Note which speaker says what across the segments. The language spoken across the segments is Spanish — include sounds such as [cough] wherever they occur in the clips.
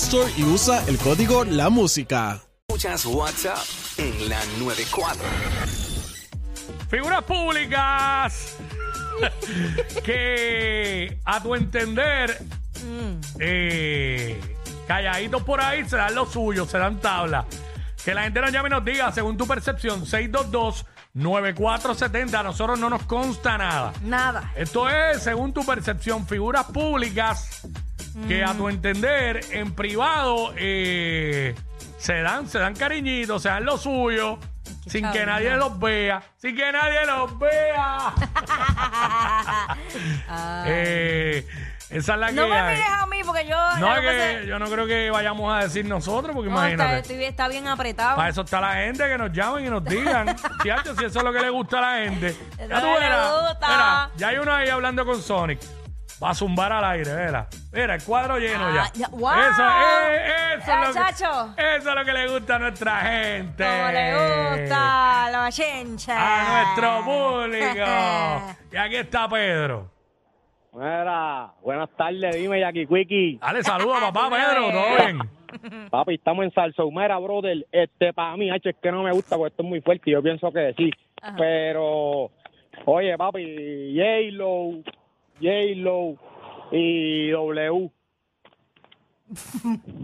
Speaker 1: Store y usa el código La Música.
Speaker 2: Escuchas WhatsApp en la [laughs] 94.
Speaker 3: Figuras públicas que a tu entender eh, calladitos por ahí se dan lo suyo, se dan tabla. Que la gente nos llame y nos diga, según tu percepción, 622-9470, a nosotros no nos consta nada. [laughs]
Speaker 4: Nada.
Speaker 3: Esto es, según tu percepción, figuras públicas que a tu
Speaker 4: Mm.
Speaker 3: entender en privado eh, se dan, se dan cariñitos, se dan lo suyo, sin que
Speaker 4: cabrón.
Speaker 3: nadie los vea, sin que nadie los vea. Eh, esa es la
Speaker 4: Ah, No
Speaker 3: que
Speaker 4: me
Speaker 3: hay.
Speaker 4: mires a mí porque yo.
Speaker 3: No, es
Speaker 4: yo
Speaker 3: que
Speaker 4: sé-
Speaker 3: yo no creo que vayamos a decir nosotros, porque
Speaker 4: No, está,
Speaker 3: imagínate.
Speaker 4: estoy- está bien apretado.
Speaker 3: Para eso está la gente que nos llamen y nos
Speaker 4: [laughs]
Speaker 3: digan, chacho, si eso es lo que le gusta a la gente. Ya tú
Speaker 4: No le
Speaker 3: verás,
Speaker 4: gusta.
Speaker 3: verás, ya hay uno ahí hablando con Sonic. Va a zumbar al aire, verá. Mira, el cuadro lleno
Speaker 4: Ah,
Speaker 3: ya.
Speaker 4: ya- ¡Wow!
Speaker 3: Eso, eh, eso,
Speaker 4: Ya,
Speaker 3: es lo
Speaker 4: chacho.
Speaker 3: que, eso es lo que le gusta a nuestra gente.
Speaker 4: Como le gusta la
Speaker 3: este,
Speaker 4: chencha.
Speaker 3: A nuestro
Speaker 4: [laughs]
Speaker 3: público. y aquí está Pedro.
Speaker 5: Mira, buenas tardes, dime Jackie Quickie.
Speaker 3: Dale,
Speaker 4: [laughs]
Speaker 3: saludos, papá
Speaker 4: Dime.
Speaker 3: Pedro, todo bien.
Speaker 5: Papi, estamos en Salso. Mira, brother, este para mí, hacho, es que no me gusta porque esto es muy fuerte y yo pienso que sí.
Speaker 4: Ajá.
Speaker 5: Pero, oye, papi, J-Lo, J-Lo y W.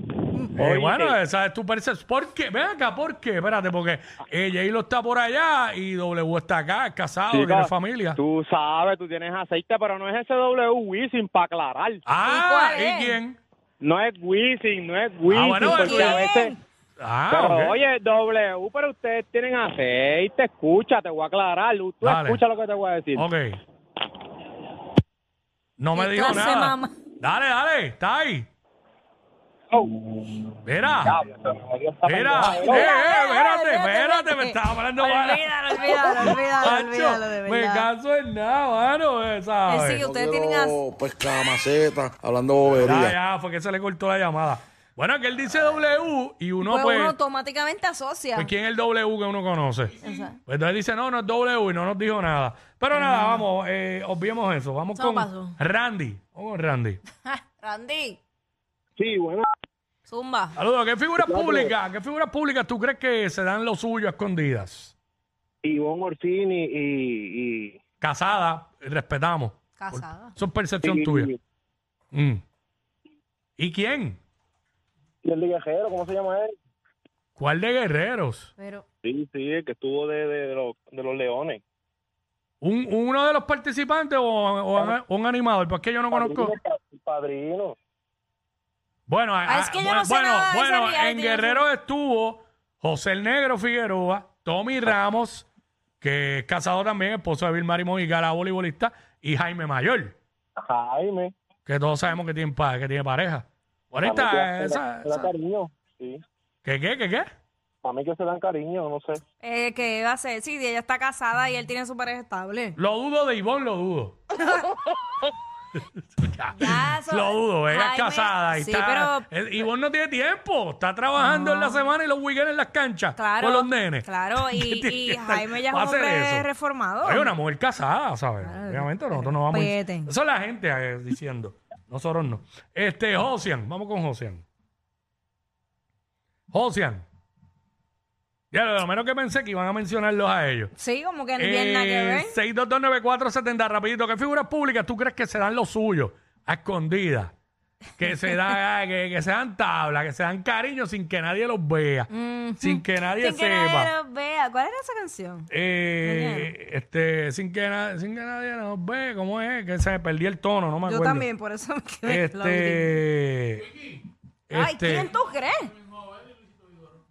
Speaker 3: Eh,
Speaker 5: Oye,
Speaker 3: bueno,
Speaker 5: que-
Speaker 3: esa es tu percepción. ¿Por qué? Ven acá, ¿por qué? Espérate, porque
Speaker 5: Ah.
Speaker 3: eh, J-Lo está por allá y W está acá, es casado, tiene
Speaker 5: Chica,
Speaker 3: Ah, familia.
Speaker 5: Tú sabes, tú tienes aceite, pero no es ese W Wisin para aclarar.
Speaker 4: ¿Y
Speaker 3: Ah,
Speaker 4: cuál
Speaker 3: ¿y,
Speaker 4: es?
Speaker 3: quién?
Speaker 5: No es Wisin, no es Wisin.
Speaker 3: Ah, bueno,
Speaker 5: porque
Speaker 3: ¿quién?
Speaker 5: a veces...
Speaker 3: Ah,
Speaker 5: Pero
Speaker 3: ok.
Speaker 5: oye, W, pero ustedes tienen aceite, escucha, te voy a aclarar, tú
Speaker 3: Dale.
Speaker 5: escucha lo que te voy a decir.
Speaker 3: Ok. No me
Speaker 4: ¿Qué
Speaker 3: dijo
Speaker 4: clase,
Speaker 3: nada.
Speaker 4: mamá?
Speaker 3: Dale, dale, está ahí.
Speaker 5: Oh.
Speaker 3: Mira, mira, eh, eh, espérate, espérate, me estaba hablando mal.
Speaker 4: Olvídalo, olvídalo, olvídalo, olvídalo, de
Speaker 3: me
Speaker 4: verdad.
Speaker 3: canso en nada, mano, eh,
Speaker 4: Eh,
Speaker 3: ¿sabes?
Speaker 4: sí, ustedes
Speaker 6: Yo
Speaker 4: tienen
Speaker 6: quiero,
Speaker 4: as-
Speaker 6: pues cada maceta, hablando
Speaker 3: Ya,
Speaker 6: bobería.
Speaker 3: ya, fue que se le cortó la llamada. Bueno, que él dice W y uno
Speaker 4: pues,
Speaker 3: pues...
Speaker 4: uno automáticamente asocia.
Speaker 3: Pues quién es el W que uno conoce.
Speaker 4: [laughs] Exacto.
Speaker 3: Pues entonces dice, no, no es W y no nos dijo nada. Pero nada, vamos, eh, obviemos eso. Vamos
Speaker 4: Eso
Speaker 3: con
Speaker 4: pasó.
Speaker 3: Randy. Vamos con Randy.
Speaker 4: ah, Randy,
Speaker 5: Sí, bueno,
Speaker 4: zumba.
Speaker 3: Saludos. ¿Qué figuras públicas, qué figuras públicas tú crees que se dan lo suyo a escondidas?
Speaker 5: Ivonne Orsini y... y,
Speaker 3: Casada, respetamos.
Speaker 4: Casada.
Speaker 3: Eso es percepción
Speaker 5: y-
Speaker 3: tuya. Mm. ¿Y quién?
Speaker 5: y el de Guerrero, ¿cómo se llama él?
Speaker 3: ¿Cuál de guerreros?
Speaker 4: Pero,
Speaker 5: Sí, sí, el que estuvo de, de, de los, de los leones.
Speaker 3: ¿Un- ¿Uno de los participantes o, o un- o un animador? Porque yo no conozco.
Speaker 5: El padrino.
Speaker 3: Bueno,
Speaker 4: Ah,
Speaker 3: ah,
Speaker 4: es que yo
Speaker 3: bueno,
Speaker 4: no sé
Speaker 3: bueno,
Speaker 4: nada de ese
Speaker 3: bueno,
Speaker 4: reality,
Speaker 3: en
Speaker 4: no
Speaker 3: Guerrero estuvo José el Negro Figueroa, Tommy Ramos, que es casado también, esposo de Bill Marimo y Gala voleibolista, y Jaime Mayor,
Speaker 5: Jaime.
Speaker 3: que todos sabemos que tiene, pa- que tiene pareja.
Speaker 5: A mí que
Speaker 3: Bonita,
Speaker 5: se da-
Speaker 3: esa,
Speaker 5: se da
Speaker 3: esa-
Speaker 5: cariño, sí.
Speaker 3: ¿Qué, qué, qué, qué?
Speaker 5: A mí que se dan cariño, no sé.
Speaker 4: eh, ¿qué va a ser? Sí, ella está casada y él tiene su pareja estable.
Speaker 3: Lo dudo de Ivonne, lo dudo. Ya,
Speaker 4: Ya, eso-
Speaker 3: lo dudo, ella
Speaker 4: Jaime-
Speaker 3: es casada y
Speaker 4: sí,
Speaker 3: está.
Speaker 4: pero-
Speaker 3: eh, Ivonne no tiene tiempo, está trabajando en la semana y los weekends en las canchas
Speaker 4: Claro.
Speaker 3: con los nenes.
Speaker 4: Claro,
Speaker 3: [laughs]
Speaker 4: y,
Speaker 3: ¿Qué
Speaker 4: y
Speaker 3: tiene que
Speaker 4: Jaime ya es
Speaker 3: va a
Speaker 4: un
Speaker 3: hacer
Speaker 4: hombre
Speaker 3: eso?
Speaker 4: reformado.
Speaker 3: Hay una mujer casada, ¿sabes?
Speaker 4: Oh. Claro, Pues,
Speaker 3: Obviamente nosotros no vamos. a
Speaker 4: respeten.
Speaker 3: Eso es la gente eh, diciendo. Nosotros no. Este, Josian, vamos con Josian. Josian. Ya lo menos que pensé que iban a mencionarlos a ellos.
Speaker 4: Sí, como que no tiene nada que
Speaker 3: Eh,
Speaker 4: ver.
Speaker 3: 6229470, rapidito. ¿Qué figuras públicas tú crees que serán lo suyo a escondidas. Que se, da,
Speaker 4: [laughs]
Speaker 3: que, que se dan tablas, que se dan cariño sin que nadie los vea, sin que nadie
Speaker 4: Sin que
Speaker 3: sepa.
Speaker 4: nadie los vea. ¿Cuál era esa canción?
Speaker 3: Eh, este, sin que, na- sin que nadie nos ve, ¿cómo es? Que se me perdí el tono, no me
Speaker 4: Yo
Speaker 3: acuerdo.
Speaker 4: también, por eso me quedé la última.
Speaker 3: Este.
Speaker 4: Ay,
Speaker 3: este-
Speaker 4: ¿quién tú crees?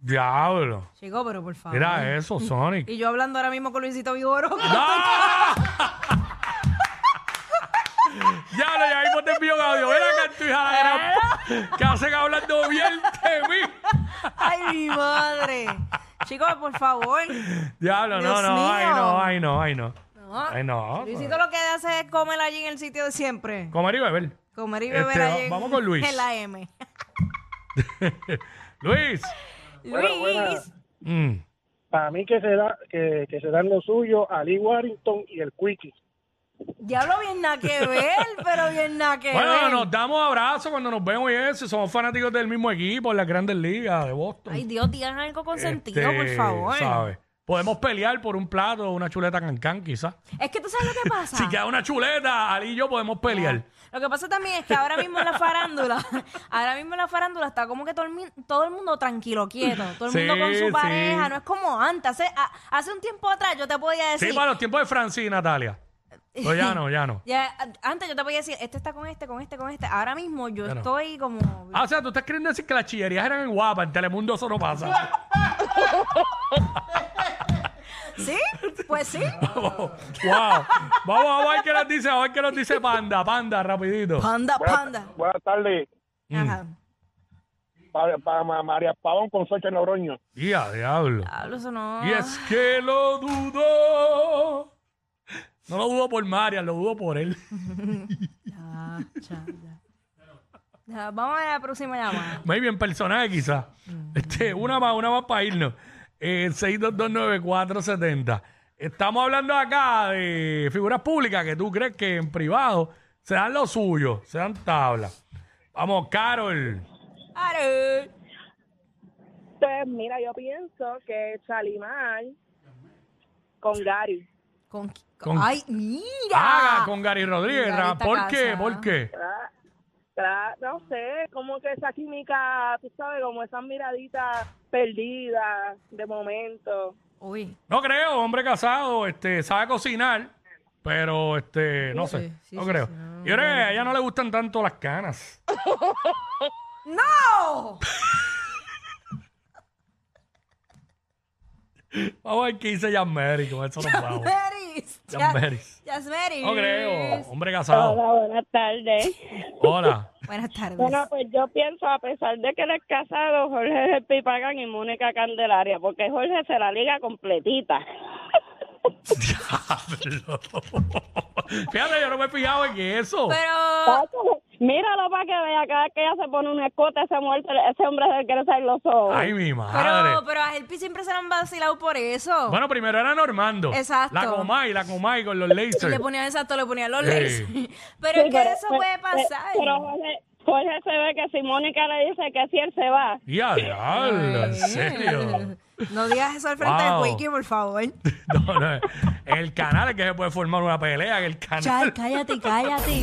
Speaker 3: Diablo.
Speaker 4: Chico, pero por favor.
Speaker 3: Mira eh. eso, Sonic. ¡Ah!
Speaker 4: Y yo hablando ahora mismo con Luisito Vigoro.
Speaker 3: [laughs] [laughs] Ya le ahí te envío un audio. Mira que tu hija de
Speaker 4: Eh.
Speaker 3: la gran- que hacen hablando bien de mí.
Speaker 4: [laughs] Ay, mi madre. Chicos, por favor.
Speaker 3: Diablo, no,
Speaker 4: Dios
Speaker 3: no, ay no,
Speaker 4: mío.
Speaker 3: ay no, ay no. Ay no. pues.
Speaker 4: Luisito lo que hace es comer allí en el sitio de siempre.
Speaker 3: Comer y beber.
Speaker 4: Comer y
Speaker 3: Este,
Speaker 4: beber allí en-
Speaker 3: vamos con Luis.
Speaker 4: En la M.
Speaker 3: Luis.
Speaker 4: Luis.
Speaker 3: Mm.
Speaker 7: Para mí que se da que, que se dan lo suyo Ali Warrington y el Quickie.
Speaker 4: Diablo, bien nada que ver, pero bien nada que
Speaker 3: Bueno,
Speaker 4: ver.
Speaker 3: nos damos abrazos cuando nos vemos y eso. Somos fanáticos del mismo equipo en las grandes ligas de Boston.
Speaker 4: Ay, Dios, digan algo con sentido,
Speaker 3: Este,
Speaker 4: por favor.
Speaker 3: ¿sabes? Podemos pelear por un plato o una chuleta cancán, quizás.
Speaker 4: Es que tú
Speaker 3: [laughs]
Speaker 4: sabes lo que pasa.
Speaker 3: Si queda una chuleta, Ali y yo podemos pelear.
Speaker 4: Lo que pasa también es que ahora mismo la farándula, [laughs] ahora mismo la farándula está como que todo el, mi- todo el mundo tranquilo, quieto, todo el
Speaker 3: Sí,
Speaker 4: mundo con
Speaker 3: sí.
Speaker 4: su pareja, no es como antes. Hace, a- hace un tiempo atrás yo te podía
Speaker 3: Sí,
Speaker 4: decir,
Speaker 3: para los tiempos de Francis, Natalia. Pero ya no, ya no.
Speaker 4: ya, a- antes yo te podía decir, este está con este, con este, con este. Ahora mismo yo
Speaker 3: Ya no.
Speaker 4: estoy como...
Speaker 3: Ah, o sea, tú estás queriendo decir que las chillerías eran en guapa. En Telemundo eso no
Speaker 4: [laughs]
Speaker 3: pasa. [laughs]
Speaker 4: ¿Sí?
Speaker 3: [laughs]
Speaker 4: Pues sí.
Speaker 3: wow. Vamos a ver qué nos dice, a ver qué nos dice Panda. Panda, rapidito.
Speaker 4: Panda, panda.
Speaker 7: Buenas tardes,
Speaker 3: Mm.
Speaker 4: Ajá.
Speaker 7: para, María Pavón con Socha Noroño.
Speaker 3: Ya, diablo.
Speaker 4: Diablo, eso no...
Speaker 3: Y es que lo dudo. No lo dudo por Marian, lo dudo por él.
Speaker 4: Ya, ya, ya. Ya, Vamos a la
Speaker 3: [laughs]
Speaker 4: próxima llamada.
Speaker 3: Muy bien, personaje quizás. Este, una más, una más para irnos. Eh, 6229470. Estamos hablando acá de figuras públicas que tú crees que en privado se dan lo suyo, se dan tablas. Vamos, Carol.
Speaker 4: Are.
Speaker 8: Pues mira, yo pienso que Chalimar con Gary.
Speaker 4: Con,
Speaker 3: Con-
Speaker 4: Ay, mira.
Speaker 3: Haga con Gary Rodríguez.
Speaker 4: Mira, esta
Speaker 3: ¿Por qué?
Speaker 4: casa.
Speaker 3: ¿Por qué?
Speaker 8: tra- tra- no sé, como que esa química, tú sabes, como esas miraditas perdidas de momento.
Speaker 4: Uy.
Speaker 3: No creo, hombre casado, este, sabe cocinar, pero este, no
Speaker 4: Sí,
Speaker 3: sé,
Speaker 4: sí,
Speaker 3: no
Speaker 4: sí,
Speaker 3: creo.
Speaker 4: sí, no,
Speaker 3: Yo creo que a ella no le gustan tanto las canas.
Speaker 4: ¡No!
Speaker 3: Vamos a ver qué dice Yasmeri, con eso nos vamos.
Speaker 4: Yasmeris.
Speaker 3: Yasmeris.
Speaker 4: Ya- Yasmeris.
Speaker 3: No creo, hombre casado.
Speaker 8: buenas tardes.
Speaker 3: Hola. [laughs]
Speaker 4: Buenas tardes.
Speaker 8: pues yo pienso, a pesar de que él es casado, Jorge es el Pipagán y Mónica Candelaria, porque Jorge se la liga completita.
Speaker 3: Diablo. Fíjate, yo no me he fijado en eso.
Speaker 8: Ah.
Speaker 4: Pero,
Speaker 8: Míralo para que vea, cada vez que ella se pone un escote, ese, muerto, ese hombre se le quiere salir los ojos.
Speaker 3: Ay, mi madre.
Speaker 4: pero, pero a Helpi siempre se lo han vacilado por eso.
Speaker 3: bueno, primero era Normando.
Speaker 4: Exacto.
Speaker 3: La Comay, la Comay con los
Speaker 4: Le
Speaker 3: lasers.
Speaker 4: ponían exacto, le ponían los
Speaker 3: Sí.
Speaker 4: leyes.
Speaker 8: Sí,
Speaker 4: [laughs] Pero es que
Speaker 8: pero-
Speaker 4: eso
Speaker 8: pero-
Speaker 4: puede pasar.
Speaker 8: Pero Jorge, Jorge se ve que si Mónica le dice que si él se va.
Speaker 3: Ya, diablo, en serio.
Speaker 4: No digas eso al frente
Speaker 3: Wow.
Speaker 4: del wiki,
Speaker 3: [laughs]
Speaker 4: por favor.
Speaker 3: No, no, el canal es que se puede formar una pelea, que el canal.
Speaker 4: Chal, cállate, cállate.